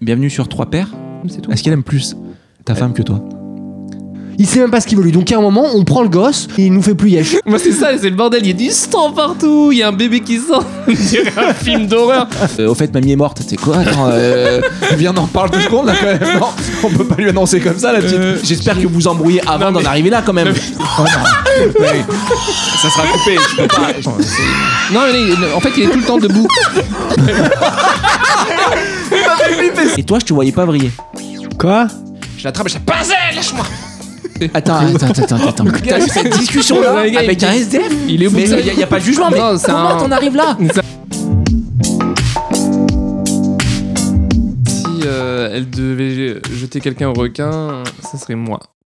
Bienvenue sur Trois Pères. Hein, C'est tout. Est-ce qu'elle aime plus ta femme que toi Il sait même pas ce qu'il veut lui. Donc à un moment, on prend le gosse et il nous fait plus yesh. Moi, c'est ça, c'est le bordel. Il y a du sang partout. Il y a un bébé qui sort. On dirait un film d'horreur. Euh, Au fait, mamie est morte. C'est quoi Attends, euh, viens, on en parle deux secondes là quand même. Non, on peut pas lui annoncer comme ça la petite. Euh, J'espère que vous embrouillez avant Non, mais- d'en arriver là quand même. Non, Oh, non. Ouais. Ça sera coupé. Je peux pas. je- Non, mais là, il- en fait, il est tout le temps debout. Et toi, je te voyais pas vriller. Quoi Je l'attrape et je fais Pincez, lâche-moi Attends, attends, attends, attends. attends. T'as eu cette discussion là Le gars, il avec dit- un SDF Il est au bout Mais de sa- il n'y a, pas de jugement, mais Non, c'est comment un- t'en arrives là Si euh, elle devait jeter quelqu'un au requin, ça serait moi.